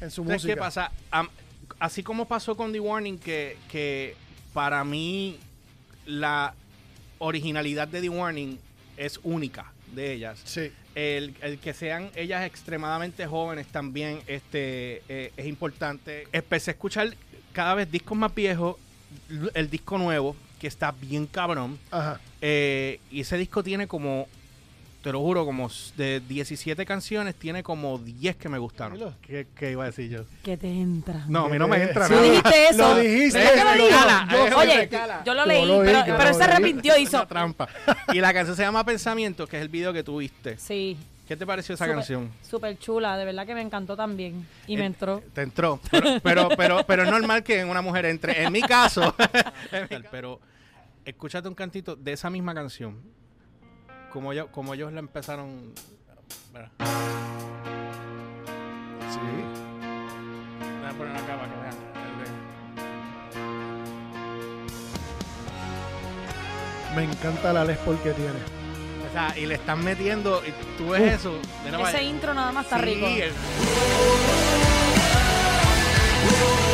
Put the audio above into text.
en su Entonces, música. ¿qué pasa? Am- así como pasó con The Warning, que, que para mí la originalidad de The Warning es única de ellas. Sí. El, el que sean ellas extremadamente jóvenes también este, eh, es importante. Empecé a escuchar cada vez discos más viejos, l- el disco nuevo, que está bien cabrón. Ajá. Eh, y ese disco tiene como, te lo juro, como s- de 17 canciones, tiene como 10 que me gustaron. Mira. ¿Qué, qué iba a decir yo? Que te entra. No, a mí no me entra Eh, Sí. Tú nada. dijiste eso. Lo dijiste. ¿Verdad que lo Yo- dijo? yo- yo- Oye, recala. yo lo Yo leí, lo pero, dije, pero yo él lo se leí. arrepintió, Es una hizo. trampa. Y la canción se llama Pensamientos, que es el video que tuviste. Sí. ¿Qué te pareció esa Súper- canción? Súper chula, de verdad que me encantó también. Y me Eh, entró. Te entró. Pero, pero, pero, pero es normal que en una mujer entre. En mi caso. en mi ca- pero escúchate un cantito de esa misma canción. Como, yo, como ellos la empezaron. Espera, Sí. voy a poner acá para que vean. Me encanta la Les Paul que tiene. O sea, y le están metiendo. Y tú ves eso. mira para Ese allá. intro nada más está Sí, rico. el-